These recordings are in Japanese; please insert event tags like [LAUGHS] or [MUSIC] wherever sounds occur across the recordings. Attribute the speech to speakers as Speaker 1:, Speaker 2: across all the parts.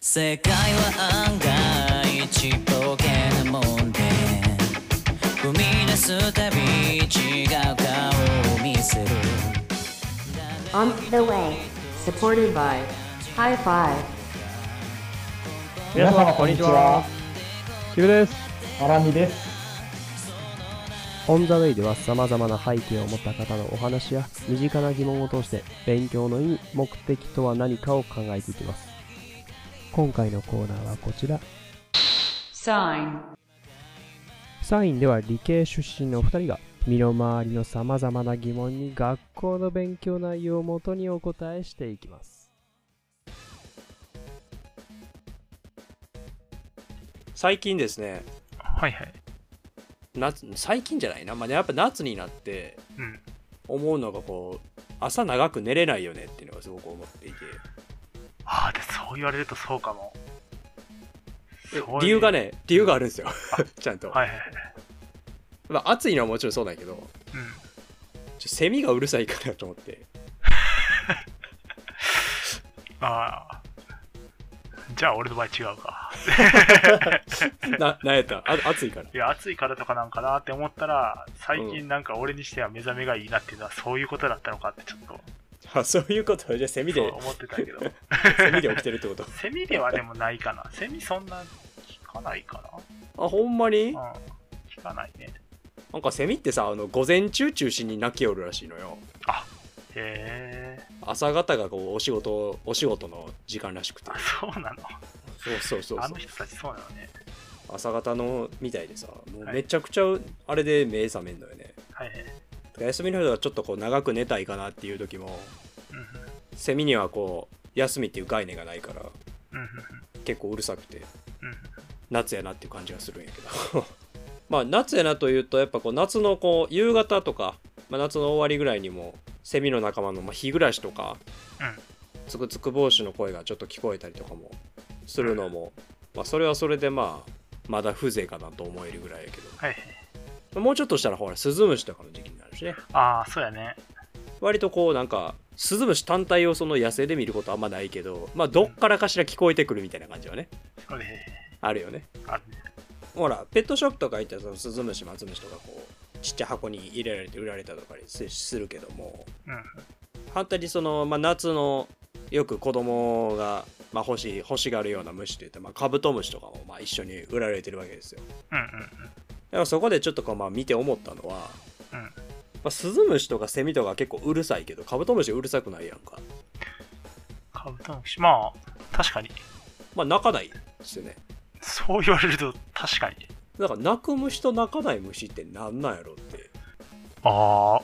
Speaker 1: 世界は案外ちっぽけなもんで踏み出すたび違う顔を見せる
Speaker 2: On the way, supported by High Five.
Speaker 3: 皆様こんにちは。
Speaker 4: キムです。
Speaker 3: アラミです。
Speaker 5: オン・ザ・ウェイでは様々な背景を持った方のお話や身近な疑問を通して勉強の意味、目的とは何かを考えていきます。今回のコーナーはこちら。
Speaker 2: Sign.
Speaker 5: サインでは理系出身のお二人が身の回りの様々な疑問に学校の勉強内容をもとにお答えしていきます。
Speaker 6: 最近ですね
Speaker 4: はいはい。
Speaker 6: 夏最近じゃないな、まあね、やっぱ夏になって
Speaker 4: うん
Speaker 6: 思うのがこう朝長く寝れないよねっていうのがすごく思っていて
Speaker 4: ああ、で、そう言われるとそうかも。
Speaker 6: え
Speaker 4: そういう
Speaker 6: 理由がね理由があるんですよ [LAUGHS] ちゃんと、
Speaker 4: はいはいはい。
Speaker 6: まあ、暑いのはもちろんそうだけど
Speaker 4: うん。
Speaker 6: ちょセミがうるさいかなと思
Speaker 4: [LAUGHS]
Speaker 6: って
Speaker 4: ああ。じゃあ俺の場合違うか。
Speaker 6: ななんやったあ暑いから
Speaker 4: いや、暑いからとかなんかなって思ったら、最近なんか俺にしては目覚めがいいなっていうのはそういうことだったのかってちょっと
Speaker 6: あそういうことじゃあセミ
Speaker 4: そう
Speaker 6: で
Speaker 4: 思って
Speaker 6: [LAUGHS]
Speaker 4: たけど。
Speaker 6: セミで起きてるってこと
Speaker 4: セミではでもないかな。セミそんな聞かないか
Speaker 6: あほんまに
Speaker 4: な。うん。聞かないね。
Speaker 6: なんかセミってさあの午前中中心に鳴きおるらしいのよ
Speaker 4: へえ。
Speaker 6: 朝方がこうお仕事お仕事の時間らしくて
Speaker 4: あ、そうなの。
Speaker 6: そうそうそうそう
Speaker 4: あの人たちそうなのね。
Speaker 6: 朝方のみたいでさもう
Speaker 4: はい
Speaker 6: めちゃくちゃあれで目覚めんのよね、
Speaker 4: はいはい。
Speaker 6: 休みの日はちょっとこう長く寝たいかなっていう時も
Speaker 4: うんうん
Speaker 6: セミにはこう休みっていう概念がないから
Speaker 4: うん
Speaker 6: 結構うるさくて
Speaker 4: うんうん
Speaker 6: 夏やなっていう感じがするんやけど [LAUGHS] まあ夏やなというとやっぱこう夏のこう夕方とか、まあ、夏の終わりぐらいにもセミの仲間のまあ日暮らしとか、
Speaker 4: うん
Speaker 6: つくつく帽子の声がちょっと聞こえたりとかもするのも、まあ、それはそれでまあまだ風情かなと思えるぐらいやけど
Speaker 4: はいはい。
Speaker 6: もうちょっとしたらほらスズムシとかの時期になるしね
Speaker 4: ああ、そうやね。
Speaker 6: 割とこうなんかスズムシ単体をその野生で見ることはあんまないけどまあどっからかしら聞こえてくるみたいな感じはね
Speaker 4: そうね。
Speaker 6: あるよね
Speaker 4: あるね。
Speaker 6: ほらペットショップとか行ったらそのスズムシマツムシとかこうちっちゃい箱に入れられて売られたとかすするけども
Speaker 4: うんうん。
Speaker 6: 反対にその、まあ、夏のよく子供がまあ欲しい欲しがるような虫といったら、まあ、カブトムシとかもまあ一緒に売られてるわけですよ
Speaker 4: うんうん
Speaker 6: だからそこでちょっとこうまあ見て思ったのは、
Speaker 4: うん
Speaker 6: まあ、スズムシとかセミとか結構うるさいけどカブトムシうるさくないやんか、
Speaker 4: カブトムシ。まあ、確かに。
Speaker 6: まあ、鳴かないですよね
Speaker 4: そう言われると確かに。
Speaker 6: だから鳴く虫と鳴かない虫ってなんなんやろって
Speaker 4: ああ、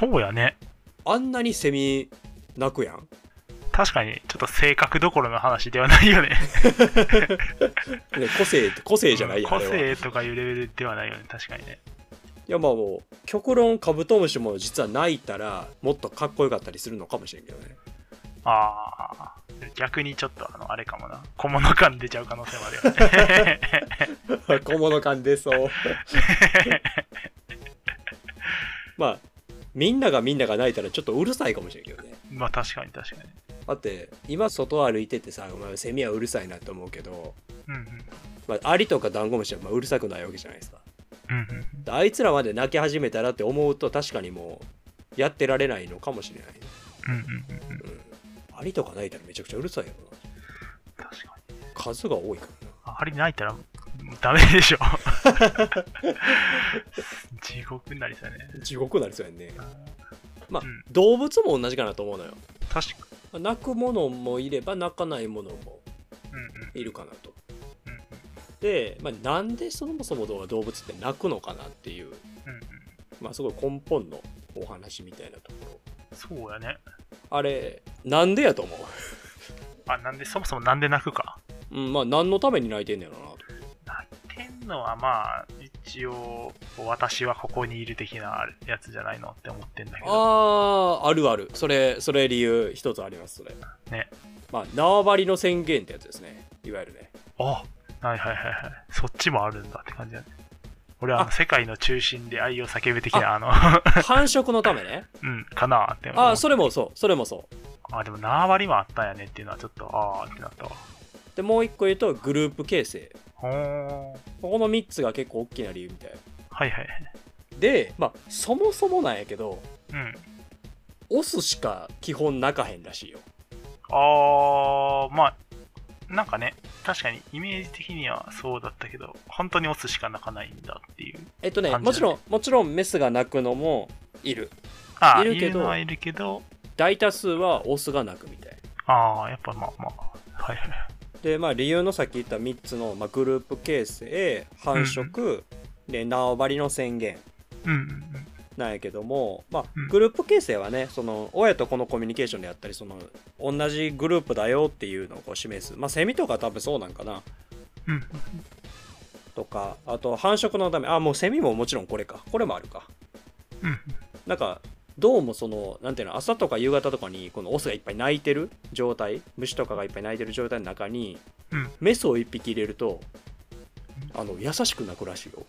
Speaker 4: そうやね。
Speaker 6: あんなにセミ鳴くやん
Speaker 4: 確かに、ちょっと性格どころの話ではないよね。
Speaker 6: ね個性って個性じゃないやんあ
Speaker 4: 個
Speaker 6: れはい
Speaker 4: 性とかいうレベルではないよね。確かにね。
Speaker 6: やまあもう極論カブトムシも実は鳴いたらもっとかっこよかったりするのかもしれんけどね
Speaker 4: ああ、逆にちょっと、あの、あれかもな。小物感出ちゃう可能性もある
Speaker 6: [LAUGHS]
Speaker 4: よね。
Speaker 6: 小物感出そうまあみんながみんなが泣いたらちょっとうるさいかもしれんけどね
Speaker 4: まあ確かに確かに。
Speaker 6: だって今外歩いててさお前セミはうるさいなと思うけど、
Speaker 4: うんうん。
Speaker 6: まあ、アリとかダンゴムシはまあうるさくないわけじゃないですか
Speaker 4: うんうん、
Speaker 6: あいつらまで泣き始めたらって思うと確かにもうやってられないのかもしれない
Speaker 4: うんうんうんうん、
Speaker 6: アリとか泣いたらめちゃくちゃうるさいよな
Speaker 4: 確かに。
Speaker 6: 数が多いからな
Speaker 4: あれ泣いたら、もうダメ
Speaker 6: [LAUGHS]
Speaker 4: でしょ。地獄になりそうやね。
Speaker 6: 地獄になりそうやんねまあ、
Speaker 4: うん
Speaker 6: 動物も同じかなと思うのよ
Speaker 4: 確か
Speaker 6: 泣くものもいれば泣かないものも
Speaker 4: に。うんうん
Speaker 6: いるかなと
Speaker 4: うん
Speaker 6: で、まあ、なんでそもそも動物って泣くのかなっていう、
Speaker 4: うんうん。
Speaker 6: まあ、すごい根本のお話みたいなところ
Speaker 4: そうやね。
Speaker 6: あれなんでやと思
Speaker 4: あ、なんで、そもそもなんで泣くか。
Speaker 6: う、うん、まあ何のために泣いてんねやろなと
Speaker 4: 泣いてんのはまあ、一応、私はここにいる的なやつじゃないのって思ってんだけど。
Speaker 6: あーあるあるそれそれ理由一つありますそれ
Speaker 4: ね
Speaker 6: まあ縄張りの宣言ってやつですねいわゆ [LAUGHS] るね
Speaker 4: あはいはいはいはい。そっちもあるんだって感じだね。俺はあの
Speaker 6: あ
Speaker 4: 世界の中心で愛を叫ぶ的な、あの、 [LAUGHS]
Speaker 6: 繁殖のためね
Speaker 4: うん、かなって思う。
Speaker 6: ああそれもそうそれもそう
Speaker 4: あ、でも縄張りもあったんやねっていうのはちょっと、ああってなったわ。
Speaker 6: でもう一個言うとグループ形成
Speaker 4: ほー。
Speaker 6: ここの3つが結構大きな理由みたい
Speaker 4: はいはい。
Speaker 6: でまあそもそもなんやけど
Speaker 4: うん。
Speaker 6: オスしか基本泣かへんらしいよ
Speaker 4: あー、まあ、なんかね、確かにイメージ的にはそうだったけど、本当にオスしか鳴かないんだっていう。
Speaker 6: えっとね
Speaker 4: 感じ
Speaker 6: もちろんもちろんメスが泣くのもいる
Speaker 4: あー
Speaker 6: いるけど
Speaker 4: いのはいるけど、
Speaker 6: 大多数はオスが泣くみたい
Speaker 4: あー、やっぱまあまあ、はいはい。
Speaker 6: でまあ理由のさっき言った3つの、まあ、グループ形成繁殖、で縄張りの宣言
Speaker 4: うんうんうん。
Speaker 6: なんやけども、まあ
Speaker 4: うん、
Speaker 6: グループ形成はねその親と子のコミュニケーションであったりその同じグループだよっていうのをこう示す、まあ、セミとか多分そうなんかな
Speaker 4: うんうん、
Speaker 6: とかあと繁殖のためあもうセミももちろんこれかこれもあるか
Speaker 4: うんうん。
Speaker 6: なんかどうもそのなんていうの朝とか夕方とかにこのオスがいっぱい鳴いてる状態虫とかがいっぱい鳴いてる状態の中に、
Speaker 4: うん
Speaker 6: メスを1匹入れるとあの優しく鳴くらしいよ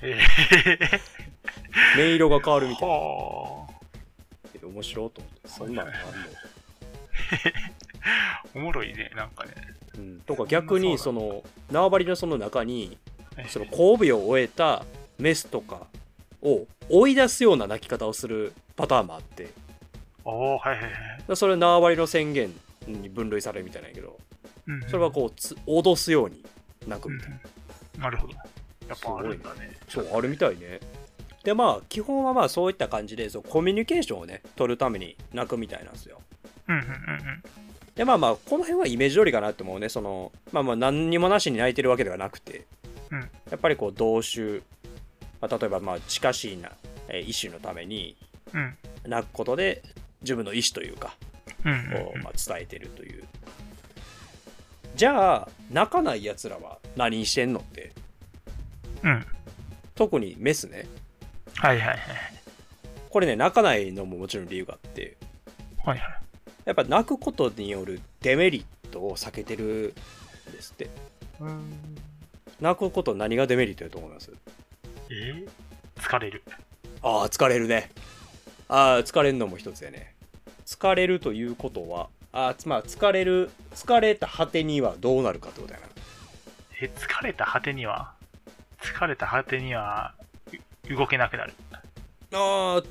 Speaker 4: え
Speaker 6: 音色が変わる
Speaker 4: ー、
Speaker 6: みたいな
Speaker 4: は
Speaker 6: けど面白いと思ってそんなんあんの
Speaker 4: ー、おもろいね、なんかね。
Speaker 6: うん、とか逆にその縄張りのその中に
Speaker 4: はい
Speaker 6: その交尾を終えたメスとかを追い出すような鳴き方をするパターンもあってだか
Speaker 4: おー、はいはいはい。
Speaker 6: らそれは縄張りの宣言に分類されるみたいなんやけど
Speaker 4: うんうん
Speaker 6: それはこうつ脅すように鳴く
Speaker 4: うん
Speaker 6: みたいな
Speaker 4: うんなるほど。やっぱあるんだね。
Speaker 6: そうあるみたいねでまあ基本はまあそういった感じでそうコミュニケーションをね取るために鳴くみたいなんですよ
Speaker 4: うんうんうん
Speaker 6: でまあまあこの辺はイメージ通りかなと思うねそのまあまあ何にもなしに泣いてるわけではなくて、
Speaker 4: うん
Speaker 6: やっぱりこう同種、まあ、例えばまあ近しいな、えー、意思のために
Speaker 4: うん。うん
Speaker 6: 泣くことで自分の意思というか
Speaker 4: うん
Speaker 6: を、
Speaker 4: うんうん
Speaker 6: まあ、伝えてるというじゃあ泣かないやつらは何してんのって
Speaker 4: うん。
Speaker 6: 特にメスね
Speaker 4: はいはいはい。
Speaker 6: これね泣かないのももちろん理由があって
Speaker 4: はいはい。
Speaker 6: やっぱ泣くことによるデメリットを避けてるんですって
Speaker 4: うん
Speaker 6: 泣くこと何がデメリットだと思います
Speaker 4: えー、疲れる。
Speaker 6: ああ、疲れるね。ああ、疲れるのも一つやね。疲れるということは、ああ、つまあ、疲れる、疲れた果てにはどうなるかってことやな。
Speaker 4: え、疲れた果てには、疲れた果てには、う動けなくなる。
Speaker 6: ああ、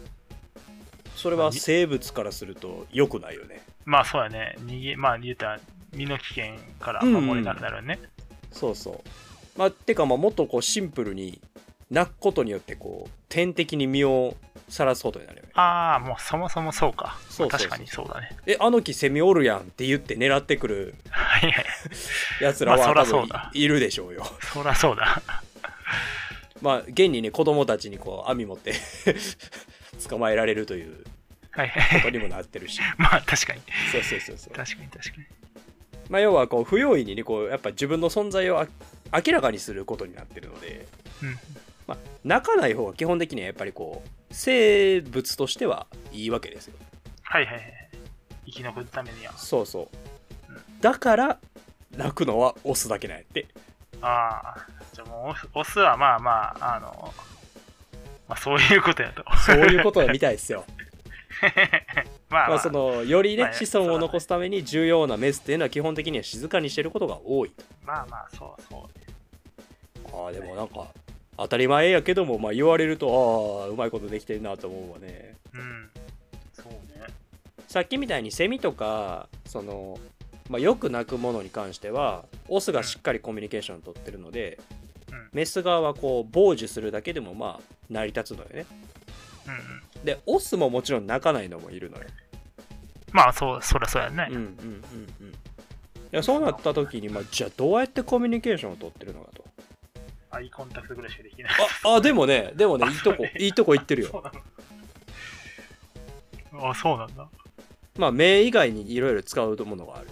Speaker 6: それは生物からすると良くないよね。
Speaker 4: まあそうやね。逃げ、まあ言うたら、身の危険から守れなくなるよね。
Speaker 6: そうそう。まあ、てか、まあ、もっとこう、シンプルに、泣くことによって、こう、天敵に身をさらすことになるよね。
Speaker 4: ああ、もうそもそもそうか。
Speaker 6: そうそうそう
Speaker 4: 確かにそうだね。
Speaker 6: え、あの木セミおるやんって言って狙ってくる
Speaker 4: はいはい。
Speaker 6: 奴ら
Speaker 4: ま
Speaker 6: は
Speaker 4: あそら
Speaker 6: 多
Speaker 4: そ
Speaker 6: 分
Speaker 4: うだ
Speaker 6: いるでしょうよ。 [LAUGHS]
Speaker 4: そらそうだ。
Speaker 6: まあ、現にね、子供たちにこう、網持って [LAUGHS] 捕まえられるという
Speaker 4: はい
Speaker 6: こ
Speaker 4: は
Speaker 6: と
Speaker 4: い。
Speaker 6: にもなってる
Speaker 4: [LAUGHS]
Speaker 6: し。
Speaker 4: まあ確かに。
Speaker 6: そうそうそうそう。
Speaker 4: 確かに確かに。
Speaker 6: まあ、要は、こう、不用意にね、こう、やっぱ自分の存在をあ明らかにすることになってるので、
Speaker 4: うん。
Speaker 6: まあ、泣かない方が基本的にはやっぱりこう、生物としてはいいわけですよ。
Speaker 4: はいはいはい。生き残るためには。
Speaker 6: そうそう。だから、泣くのはオスだけなんや
Speaker 4: [LAUGHS]
Speaker 6: って。
Speaker 4: ああ。じゃあもうオス、オスはまあまあ、あの、まあそういうことやと。
Speaker 6: そういうことみたいですよ。
Speaker 4: [LAUGHS] まあ、
Speaker 6: まあ、その、よりね
Speaker 4: ま、あ
Speaker 6: 子孫を残すために重要なメスっていうのは基本的には静かにしてることが多いと。
Speaker 4: まあまあ、そうそう。
Speaker 6: ああでもなんか当たり前やけども、まあ、言われるとああうまいことできてるなと思うわね
Speaker 4: うん。そうね。
Speaker 6: さっきみたいにセミとかその、まあ、よく鳴くものに関してはオスがしっかりコミュニケーションを取ってるので、
Speaker 4: うん
Speaker 6: メス側はこう傍受するだけでもまあ成り立つのよね
Speaker 4: うんうん。
Speaker 6: でオスももちろん鳴かないのもいるのよ
Speaker 4: まあ、そう、そりゃそうやね。
Speaker 6: うんうんうんうんいやそうなった時に、まあ、じゃあどうやってコミュニケーションを取ってるのかと
Speaker 4: アイコンタクトぐらいしかできない。 [LAUGHS]
Speaker 6: ああでもねでもねいいとこいいとこ言ってるよ
Speaker 4: そうなのあ、そうなんだ。
Speaker 6: まあ目以外にいろいろ使うものがある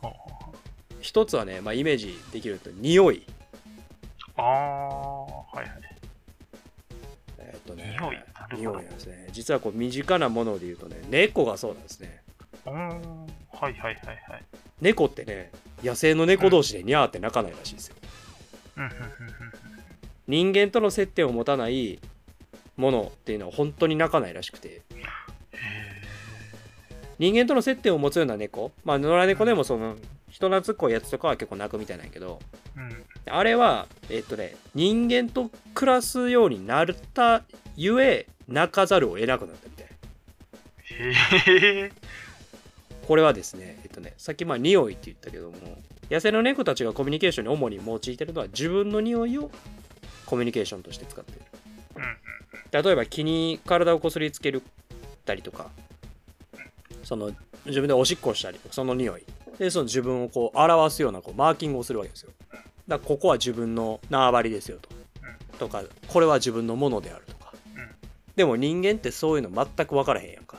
Speaker 4: ほう
Speaker 6: 一つはね、まあ、イメージできると匂い
Speaker 4: ああ、はいはい。
Speaker 6: えーっとね
Speaker 4: 匂いなるほど
Speaker 6: 匂いなんですね実はこう身近なもので言うとね猫がそうなんですね
Speaker 4: うーん。はいはいはいはい。
Speaker 6: 猫ってね野生の猫同士でニャーって鳴かないらしいですよ
Speaker 4: うんうん
Speaker 6: 人間との接点を持たないものっていうのは本当に鳴かないらしくて人間との接点を持つような猫まあ野良猫でもその人懐っこいやつとかは結構泣くみたいなんやけど、
Speaker 4: うん。
Speaker 6: あれは、えっとね、人間と暮らすようになったゆえ、泣かざるを得なくなったみたい。
Speaker 4: へえ。
Speaker 6: これはですね、えっとね、さっきまあ匂いって言ったけども、野生の猫たちがコミュニケーションに主に用いてるのは自分の匂いをコミュニケーションとして使っている。
Speaker 4: うんうん。
Speaker 6: 例えば気に体をこすりつけるたりとかその自分でおしっこをしたりとかその匂いでその自分をこう表すようなこうマーキングをするわけですよだからここは自分の縄張りですよととかこれは自分のものであるとか
Speaker 4: うん
Speaker 6: でも人間ってそういうの全く分からへんやんか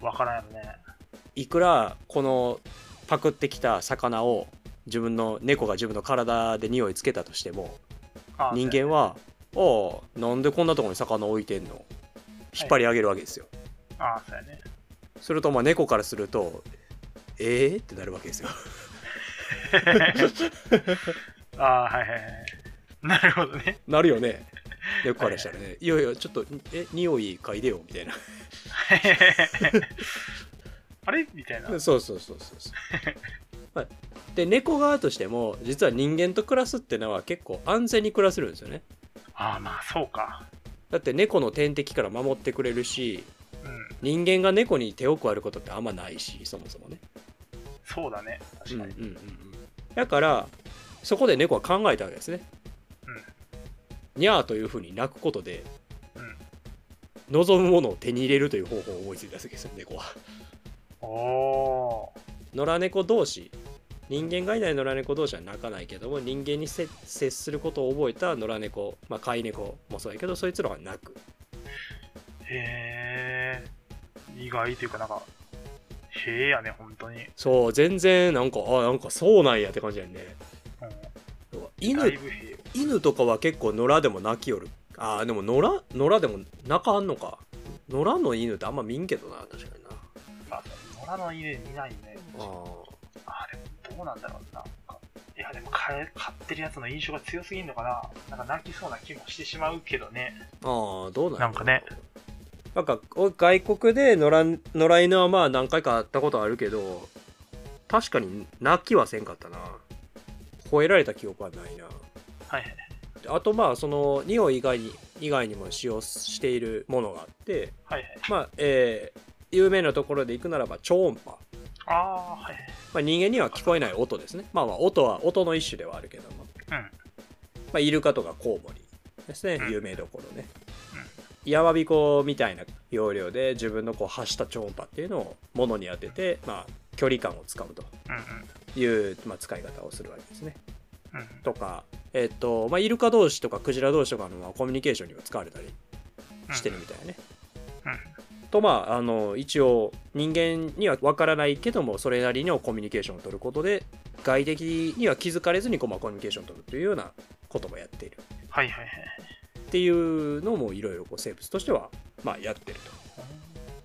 Speaker 4: わからんよね。
Speaker 6: いくらこのパクってきた魚を自分の猫が自分の体で匂いつけたとしても
Speaker 4: あ
Speaker 6: 人間は「ああなんでこんなとこに魚置いてんの?」引っ張り上げるわけですよ
Speaker 4: ああ、そうやね。
Speaker 6: するとまあ猫からすると「えー?」ってなるわけですよ。 [LAUGHS]
Speaker 4: ああ、はいはいはい。なるほどね。 [LAUGHS]
Speaker 6: なるよね。猫からしたらね「いやいやちょっとえ匂い嗅いでよ」みたいな。
Speaker 4: あれみたいな。う
Speaker 6: [LAUGHS]
Speaker 4: ん。
Speaker 6: そうそうそうそうそう。まあで猫側としても実は人間と暮らすってのは結構安全に暮らせるんですよね。
Speaker 4: ああ、まあ、そうか。
Speaker 6: だって猫の天敵から守ってくれるし
Speaker 4: うん。
Speaker 6: 人間が猫に手を加えることってあんまないしそもそもね。
Speaker 4: そうだね。確かに。
Speaker 6: うんうんうんうん、だからそこで猫は考えたわけですね、にゃーというふうに鳴くことで、
Speaker 4: うん
Speaker 6: 望むものを手に入れるという方法を思いついたわけですよ猫は
Speaker 4: おお
Speaker 6: 野良猫同士人間がいない野良猫同士は鳴かないけども人間にせ接することを覚えた野良猫、まあ、飼い猫もそうやけどそいつらは鳴く
Speaker 4: ー。へえ。意外というか、なんか、へえやね、本当に。
Speaker 6: そう全然なんかあなんかそうなんやって感じだよね
Speaker 4: うん。だい
Speaker 6: 犬
Speaker 4: ぶへえ。
Speaker 6: 犬とかは結構野良でも鳴きよるあーでも野良野良でも鳴かあんのか野良の犬ってあんま見んけどな確かにな
Speaker 4: あ、野良の犬見ないね。
Speaker 6: あ
Speaker 4: あれどうなんだろうな。なんかいや、でも買え、買ってるやつの印象が強すぎるのかな。なんか泣きそうな気もしてしまうけどね。
Speaker 6: あーどうなんやろ
Speaker 4: なんかね
Speaker 6: なんかお外国で野良野良犬はまあ何回か会ったことあるけど確かに泣きはせんかったな吠えられた記憶はないな
Speaker 4: はいはい。
Speaker 6: あとまあその匂い以外に以外にも使用しているものがあって
Speaker 4: はいはい。
Speaker 6: まあえー有名なところで行くならば超音波
Speaker 4: ああ、はいはい。
Speaker 6: まあ、人間には聞こえない音ですね。まあまあ音は音の一種ではあるけども。
Speaker 4: うん
Speaker 6: まあ、イルカとかコウモリですね
Speaker 4: う。ん
Speaker 6: 有名どころね
Speaker 4: うん。
Speaker 6: やまびこみたいな要領で自分のこう発した超音波っていうのを物に当てて、まあ、距離感をつかむと
Speaker 4: うん
Speaker 6: いう、まあ、使い方をするわけですね。
Speaker 4: うん。うん。
Speaker 6: とか、えっとまあ、イルカ同士とかクジラ同士とかのまあコミュニケーションにも使われたりしてるみたいなね。
Speaker 4: うんうん
Speaker 6: とまああの一応人間には分からないけどもそれなりのコミュニケーションを取ることで外敵には気づかれずにこう、まあ、コミュニケーションを取るというようなこともやっている
Speaker 4: はいはいはい。
Speaker 6: っていうのもいろいろこう生物としては、まあ、やってると。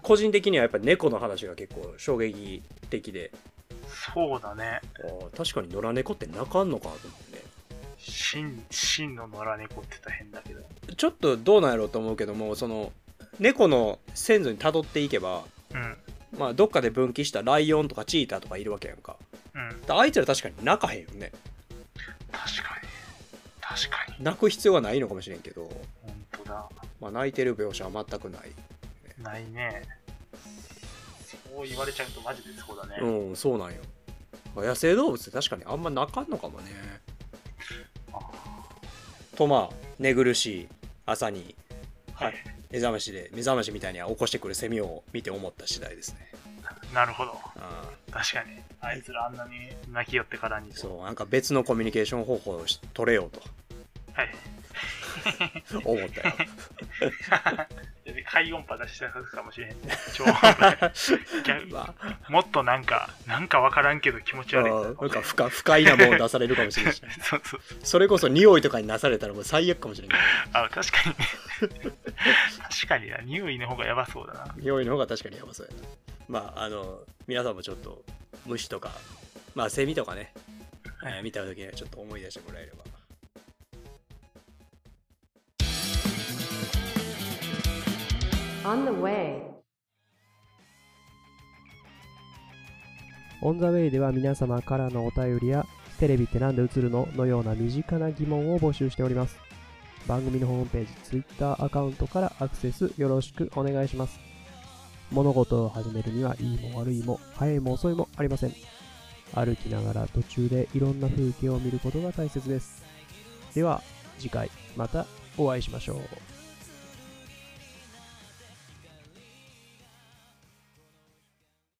Speaker 6: 個人的にはやっぱり猫の話が結構衝撃的で
Speaker 4: そうだね。
Speaker 6: あー確かに野良猫って鳴かんのかと思ってね
Speaker 4: 真、真の野良猫って大変だけど。
Speaker 6: ちょっとどうなんやろうと思うけどもその猫の先祖にたどっていけば、
Speaker 4: うん。
Speaker 6: まあ、どっかで分岐したライオンとかチーターとかいるわけやんか
Speaker 4: うん。
Speaker 6: だからあいつら確かに鳴かへんよね
Speaker 4: 確かに。確かに。
Speaker 6: 泣く必要はないのかもしれんけど、
Speaker 4: 本当だ。
Speaker 6: まあ、泣いてる描写は全くない、
Speaker 4: ないね。そう言われちゃうとマジでそうだね。
Speaker 6: うんそうなんよまあ野生動物って確かにあんま泣かんのかもねとまあ寝苦しい朝に、
Speaker 4: はい、
Speaker 6: 目覚ましで目覚ましみたいに起こしてくるセミを見て思った次第ですね
Speaker 4: なるほど。
Speaker 6: あ
Speaker 4: 確かに。あいつらあんなに泣き寄ってからに。
Speaker 6: そうなんか別のコミュニケーション方法をし取れようと
Speaker 4: はい。
Speaker 6: 思ったよ
Speaker 4: でね快音波出してくかも
Speaker 6: [LAUGHS]
Speaker 4: しれへん。超音波逆に
Speaker 6: まあ
Speaker 4: もっとなんか、なんかわからんけど気持ち悪い
Speaker 6: うんなんか不可不快なもの出されるかもしれないし
Speaker 4: そうそう。
Speaker 6: それこそ匂いとかになされたらもう最悪かもしれない
Speaker 4: あ、確かに。確かにな。匂いの方がやばそうだな。
Speaker 6: 匂いの方が確かにやばそうやなまああの皆さんもちょっと虫とかまあセミとかね、えー見た時にはちょっと思い出してもらえれば「
Speaker 2: On the way.
Speaker 5: オンザウェイでは皆様からのお便りや、テレビってなんで映るののような身近な疑問を募集しております。番組のホームページ、Twitter アカウントからアクセスよろしくお願いします。物事を始めるには、いいも悪いも、早いも遅いもありません。歩きながら途中でいろんな風景を見ることが大切です。では、次回またお会いしましょう。